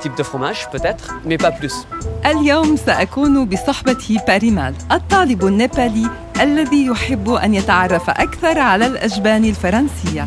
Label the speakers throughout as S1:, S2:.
S1: types de fromages peut-être, mais pas plus.
S2: اليوم سأكون بصحبة باريمال الطالب النيبالي الذي يحب أن يتعرف أكثر على الأجبان الفرنسية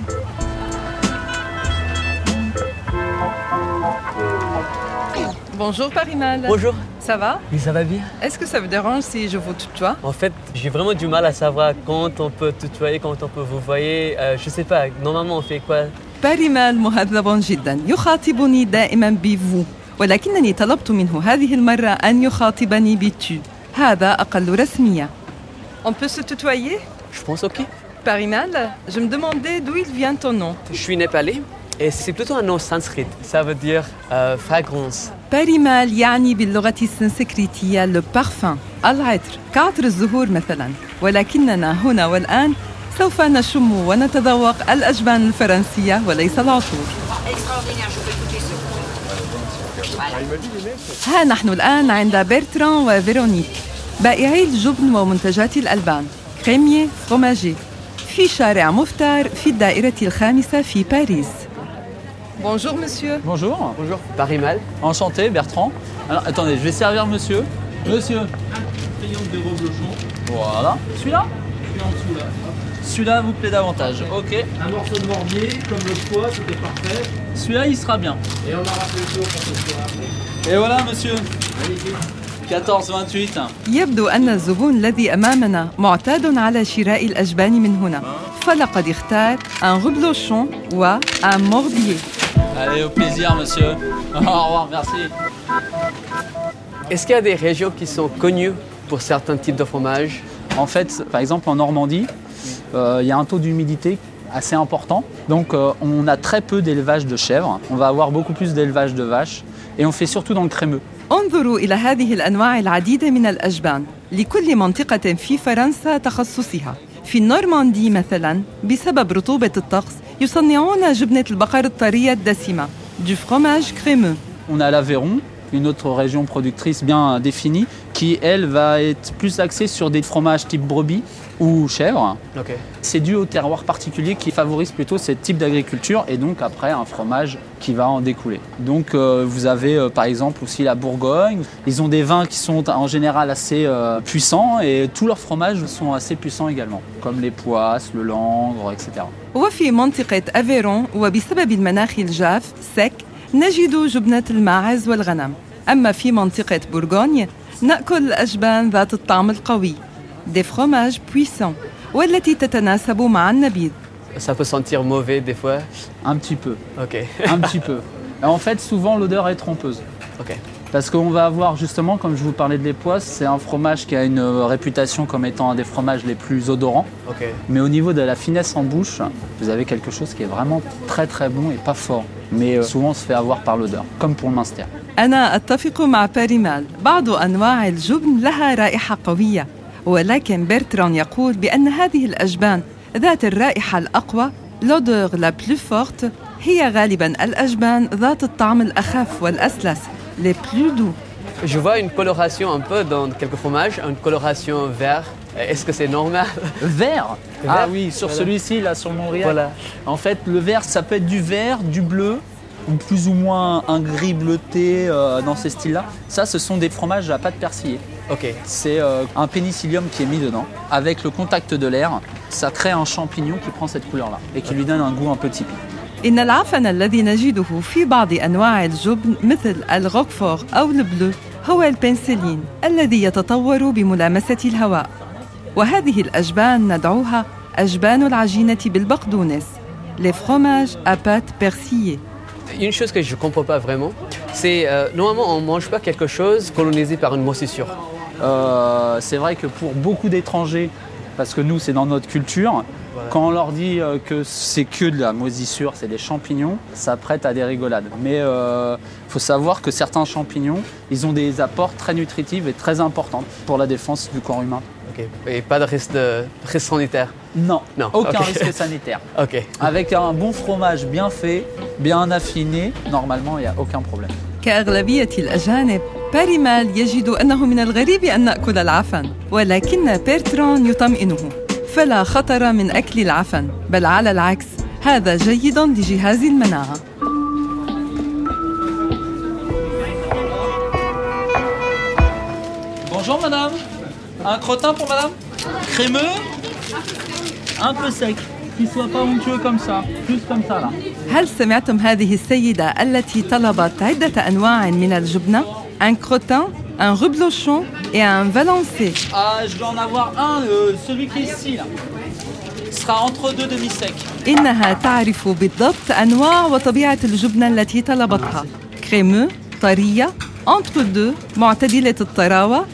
S2: Bonjour Parimal.
S1: Bonjour,
S2: Ça va
S1: mais ça va bien
S2: Est-ce que ça vous dérange si je vous tutoie
S1: En fait, j'ai vraiment du mal à savoir quand on peut tutoyer, quand on peut vous voyer. Euh, je sais pas, normalement on fait quoi
S2: باريمال مهذب جدا يخاطبني دائما بفو ولكنني طلبت منه هذه المرة أن يخاطبني بتو هذا أقل رسمية On peut se tutoyer
S1: Je pense ok.
S2: Parimal, je me demandais d'où il vient ton nom.
S1: Je suis népalais et c'est plutôt un nom sanskrit. Ça veut dire euh, fragrance.
S2: باريمال يعني باللغة السنسكريتية البارفان العطر كعطر الزهور مثلا ولكننا هنا والآن سوف نشم ونتذوق الأجبان الفرنسية وليس العطور ها نحن الآن عند بيرتران وفيرونيك بائعي الجبن ومنتجات الألبان كريمية فروماجي في شارع مفتار في الدائرة الخامسة في باريس Bonjour monsieur.
S3: Bonjour,
S1: Bonjour. Parimal.
S3: enchanté Bertrand. Alors attendez, je vais servir monsieur. Monsieur. Voilà. Celui-là Celui-là vous plaît davantage. Ok.
S4: Un morceau de morbier, comme le poids, tout est parfait.
S3: Celui-là il sera bien.
S4: Et on a rappelé le tour pour ce soir.
S3: Et voilà monsieur. 14,28.
S2: يبدو أن الزبون الذي أمامنا معتاد على شراء الأجبان من هنا فلقد اختار ان غبلوشون و ان موربيي
S3: Allez, au plaisir monsieur. Au revoir, merci.
S1: Est-ce qu'il y a des régions qui sont connues pour certains types de fromages
S3: En fait, par exemple, en Normandie, euh, il y a un taux d'humidité assez important. Donc, euh, on a très peu d'élevage de chèvres. On va avoir beaucoup plus d'élevage de vaches. Et on fait surtout dans le crémeux.
S2: انظروا إلى هذه الأنواع العديدة من الأجبان لكل منطقة في فرنسا تخصصها في النورماندي مثلا بسبب رطوبة الطقس يصنعون جبنة البقر الطرية الدسمة du fromage crémeux
S3: On a l'Aveyron, une autre région productrice bien définie, qui elle va être plus axée sur des fromages type brebis ou chèvre.
S1: Ok.
S3: C'est dû au terroir particulier qui favorise plutôt ce type d'agriculture et donc après un fromage qui va en découler. Donc euh, vous avez euh, par exemple aussi la Bourgogne. Ils ont des vins qui sont en général assez euh, puissants et tous leurs fromages sont assez puissants également, comme les poisses, le langre, etc.
S2: وفي منطقة أفيرون وبسبب المناخ الجاف سك نجد جبنة الماعز والغنم أما في منطقة بورغونيا نأكل الأجبان ذات الطعم القوي دي فروماج بويسون والتي تتناسب مع النبيذ
S1: Ça peut sentir mauvais des fois.
S3: Un petit peu,
S1: Ok.
S3: un petit peu. Et en fait souvent l'odeur est trompeuse.
S1: Ok.
S3: Parce qu'on va avoir justement, comme je vous parlais de les poisses, c'est un fromage qui a une euh, réputation comme étant un des fromages les plus odorants.
S1: Ok.
S3: Mais au niveau de la finesse en bouche, vous avez quelque chose qui est vraiment très très bon et pas fort. Mais euh, souvent on se fait avoir par l'odeur, comme pour le minster.
S2: أنا أتفق مع باريمال بعض أنواع الجبن لها رائحة قوية ولكن بيرتران يقول بأن هذه الأجبان ذات الرائحة الأقوى لودور لا بلو فورت هي غالبا الأجبان ذات الطعم الأخف والأسلس لي بلو دو
S1: Je vois une coloration un peu dans quelques fromages, une coloration vert. Est-ce que c'est normal
S3: Vert Ah
S1: Vert,
S3: oui, sur
S1: voilà.
S3: celui-ci, là, sur Montréal.
S1: Voilà.
S3: En fait, le vert, ça peut être du vert, du bleu, ou plus ou moins un gris bleuté euh, dans ces styles-là. Ça, ce sont des fromages à pâte persillée.
S1: Ok.
S3: C'est euh, un pénicillium qui est mis dedans. Avec le contact de l'air, ça crée un champignon qui prend cette couleur-là et qui lui donne un goût un peu typique.
S2: إن العفن الذي نجده في بعض أنواع الجبن مثل الروكفور أو البلو هو البنسلين الذي يتطور بملامسة الهواء وهذه الأجبان ندعوها أجبان العجينة بالبقدونس les fromages à pâte persillée.
S1: Une chose que je ne comprends pas vraiment, c'est euh, normalement on ne mange pas quelque chose colonisé par une moisissure.
S3: Euh, c'est vrai que pour beaucoup d'étrangers, parce que nous c'est dans notre culture,
S1: Voilà.
S3: Quand on leur dit euh, que c'est que de la moisissure, c'est des champignons, ça prête à des rigolades. Mais euh, faut savoir que certains champignons, ils ont des apports très nutritifs et très importants pour la défense du corps humain.
S1: Ok. Et pas de risque, de risque sanitaire.
S3: Non,
S1: Non,
S3: aucun
S1: ok.
S3: risque sanitaire.
S1: Ok.
S3: Avec un bon fromage bien fait, bien affiné, normalement, il n'y a aucun problème.
S2: كأغلبية الأجانب باريمال يجد أنه من الغريب أن نأكل العفن ولكن بيرترون يطمئنه فلا خطر من أكل العفن بل على العكس هذا جيد لجهاز المناعة
S3: Bonjour madame. Un crottin pour madame Crémeux Un peu sec. Qu'il soit pas onctueux comme ça. Juste comme ça là.
S2: هل سمعتم هذه السيدة التي طلبت عدة أنواع من الجبنة؟ un crottin, un reblochon et un valencé.
S3: Ah, je dois en avoir un, euh, celui qui est ici là. Ce sera entre deux demi-secs.
S2: إنها تعرف بالضبط أنواع وطبيعة الجبنة التي طلبتها كريمو طرية entre deux معتدلة الطراوة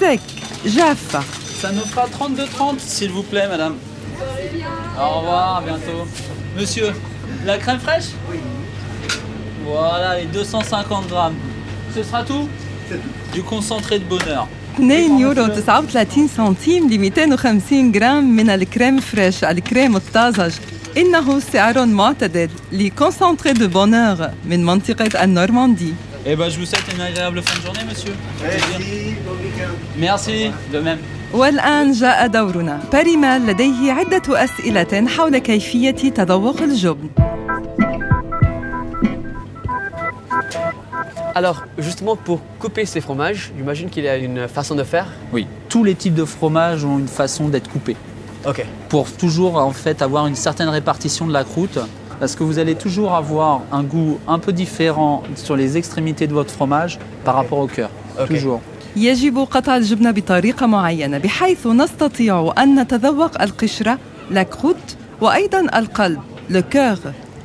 S2: سك جافة
S3: Ça nous fera 32,30 s'il vous plaît madame. Au revoir, à bientôt. Monsieur, la crème fraîche Oui. Voilà, les 250 grammes. Ce sera tout Du concentré de bonheur.
S2: 2 يورو 39 سنتيم ل 250 جرام من الكريم فريش الكريم الطازج إنه سعر معتدل لكونسنتري دو بونور من منطقة النورماندي
S3: Eh ben, je vous souhaite une agréable fin de journée, monsieur. Merci, Merci, de même.
S2: والآن جاء دورنا باريمال لديه عدة أسئلة حول كيفية تذوق الجبن
S1: Alors, justement, pour couper ces fromages, j'imagine qu'il y a une façon de faire.
S3: Oui, tous les types de fromages ont une façon d'être coupés
S1: Ok.
S3: pour toujours en fait avoir une certaine répartition de la croûte parce que vous allez toujours avoir un goût un peu différent sur les extrémités de votre fromage par rapport au cœur.
S1: Ok.
S3: Toujours.
S2: يجب قطع الجبنة بطريقة معينة بحيث نستطيع أن نتذوق القشرة لا كروت وأيضا القلب لو كور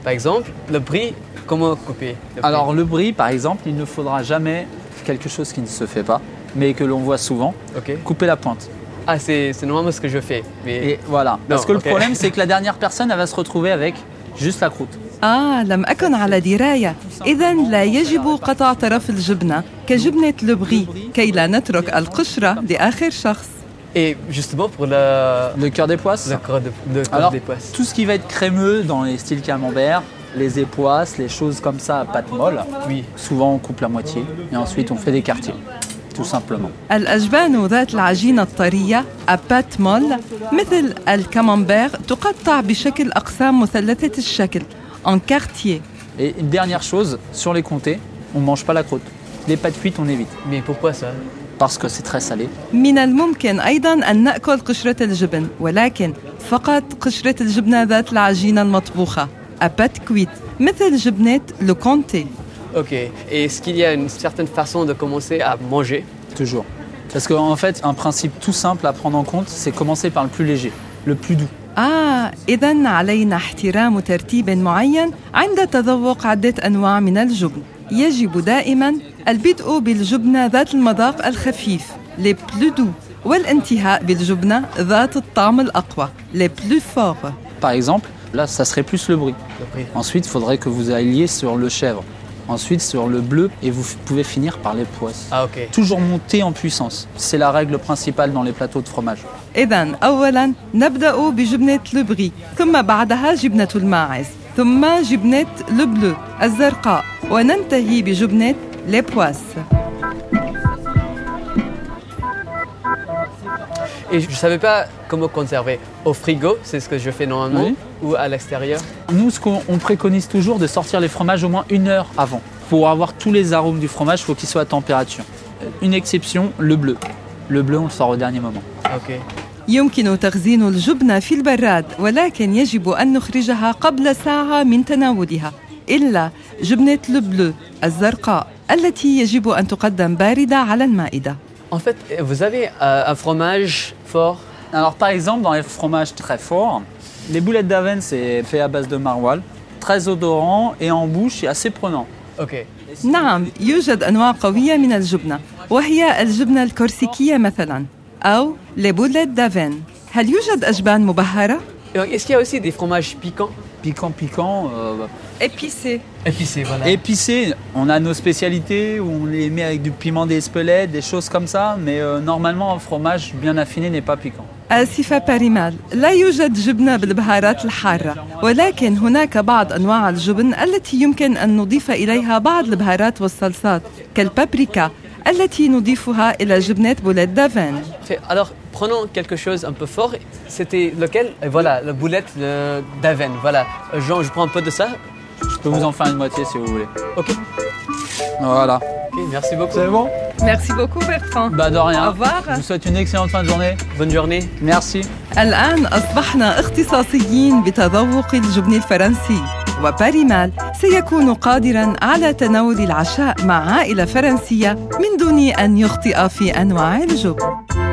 S1: Par exemple, le brie, comment couper le brie
S3: Alors le brie par exemple, il ne faudra jamais quelque chose qui ne se fait pas mais que l'on voit souvent,
S1: Ok.
S3: couper la pointe.
S1: Ah, c'est c'est normalement ce que je fais. Mais...
S3: Et voilà. Parce que le
S1: ok.
S3: problème c'est que la dernière personne elle va se retrouver avec juste la croûte.
S2: آه لم أكن على دراية إذا لا يجب قطع طرف الجبنة كجبنة لبغي كي لا نترك القشرة لآخر شخص
S1: Et justement, pour le,
S3: Le cœur des poisses
S1: le corps de, le corps
S3: Alors,
S1: Ah, des poisses.
S3: tout ce qui va être crémeux dans les styles camembert, les époisses, les choses comme ça à pâte molle,
S1: Oui.
S3: souvent on coupe la moitié et ensuite on fait des quartiers, tout simplement.
S2: الأجبان ذات العجينة الطرية أبات مول مثل الكامامبير تقطع بشكل أقسام مثلثة الشكل en quartier
S3: Et une dernière chose, sur les comtés, on ne mange pas la croûte. Les pâtes cuites, on évite
S1: Mais pourquoi ça
S3: parce que c'est très salé.
S2: من الممكن أيضا أن نأكل قشرة الجبن ولكن فقط قشرة الجبنة ذات العجينة المطبوخة أبات كويت مثل جبنة لوكونتي
S1: Ok. Et est-ce qu'il y a une certaine façon de commencer à manger
S3: Toujours. Parce qu'en fait, un principe tout simple à prendre en compte, c'est commencer par le plus léger, le plus doux.
S2: آه إذا علينا احترام ترتيب معين عند تذوق عدة أنواع من الجبن يجب دائما البدء بالجبنة ذات المذاق الخفيف لبلودو والانتهاء بالجبنة ذات الطعم الأقوى لبلو فور
S3: Par exemple, là, ça serait plus le bruit.
S1: Le brie.
S3: Ensuite, il faudrait que vous alliez sur le chèvre. Ensuite, sur le bleu, et vous f- pouvez finir par les poisses.
S1: Ah, ok.
S3: toujours monter en puissance. C'est la règle principale dans les plateaux de fromage.
S2: إذا أولا نبدأ بجبنة لبغي ثم بعدها جبنة الماعز ثم جبنة لبلو الزرقاء وننتهي بجبنة لبواس
S1: Et je ne savais pas comment conserver. Au frigo, c'est ce que je fais normalement,
S3: Oui.
S1: ou à l'extérieur.
S3: Nous, ce qu'on on préconise toujours, de sortir les fromages au moins une heure avant. Pour avoir tous les arômes du fromage, il faut qu'ils soient à température. Une exception, le bleu. Le bleu, on le sort au dernier moment.
S1: Ok.
S2: يمكن تخزين الجبنة في البراد ولكن يجب أن نخرجها قبل ساعة من تناولها إلا جبنة لبلو الزرقاء التي يجب أن تقدم باردة على المائدة
S1: En fait, vous avez euh, un fromage fort.
S3: Alors, par exemple, dans les fromages très forts, les boulettes d'avoine, c'est fait à base de maroilles. Très odorant et en bouche, et assez prenant.
S1: Ok.
S2: نعم يوجد أنواع قوية من الجبنة وهي الجبنة الكورسيكية مثلا أو لبوليت دافين هل يوجد أجبان مبهرة؟
S1: Euh, Est-ce qu'il y a aussi des fromages piquants
S3: Piquant, piquant. euh,
S2: Épicé.
S1: Épicés, voilà.
S3: Épicé, on a nos spécialités où on les met avec du piment d'Espelette, des choses comme ça, mais euh, normalement un fromage bien affiné n'est pas piquant.
S2: آسفة باريمال لا يوجد جبنة بالبهارات الحارة ولكن هناك بعض أنواع الجبن التي يمكن أن نضيف إليها بعض البهارات والصلصات كالبابريكا التي نضيفها إلى جبنة بولات دافين
S1: Fait- Alors, prenons quelque chose un peu fort. C'était lequel Et Voilà, la boulette euh, d'avenne. Voilà. Euh, Jean, je prends un peu de ça.
S3: Je peux vous en faire une moitié si vous voulez.
S1: Ok.
S3: Voilà.
S1: Ok, merci beaucoup.
S3: bon
S2: Merci beaucoup Bertrand
S3: Bah de rien.
S2: Au revoir.
S3: Je vous souhaite une excellente fin de journée.
S1: Bonne journée.
S3: Merci.
S2: الآن أصبحنا اختصاصيين بتذوق الجبن الفرنسي وباريمال سيكون قادرا على تناول العشاء مع عائلة فرنسية من دون أن يخطئ في أنواع الجبن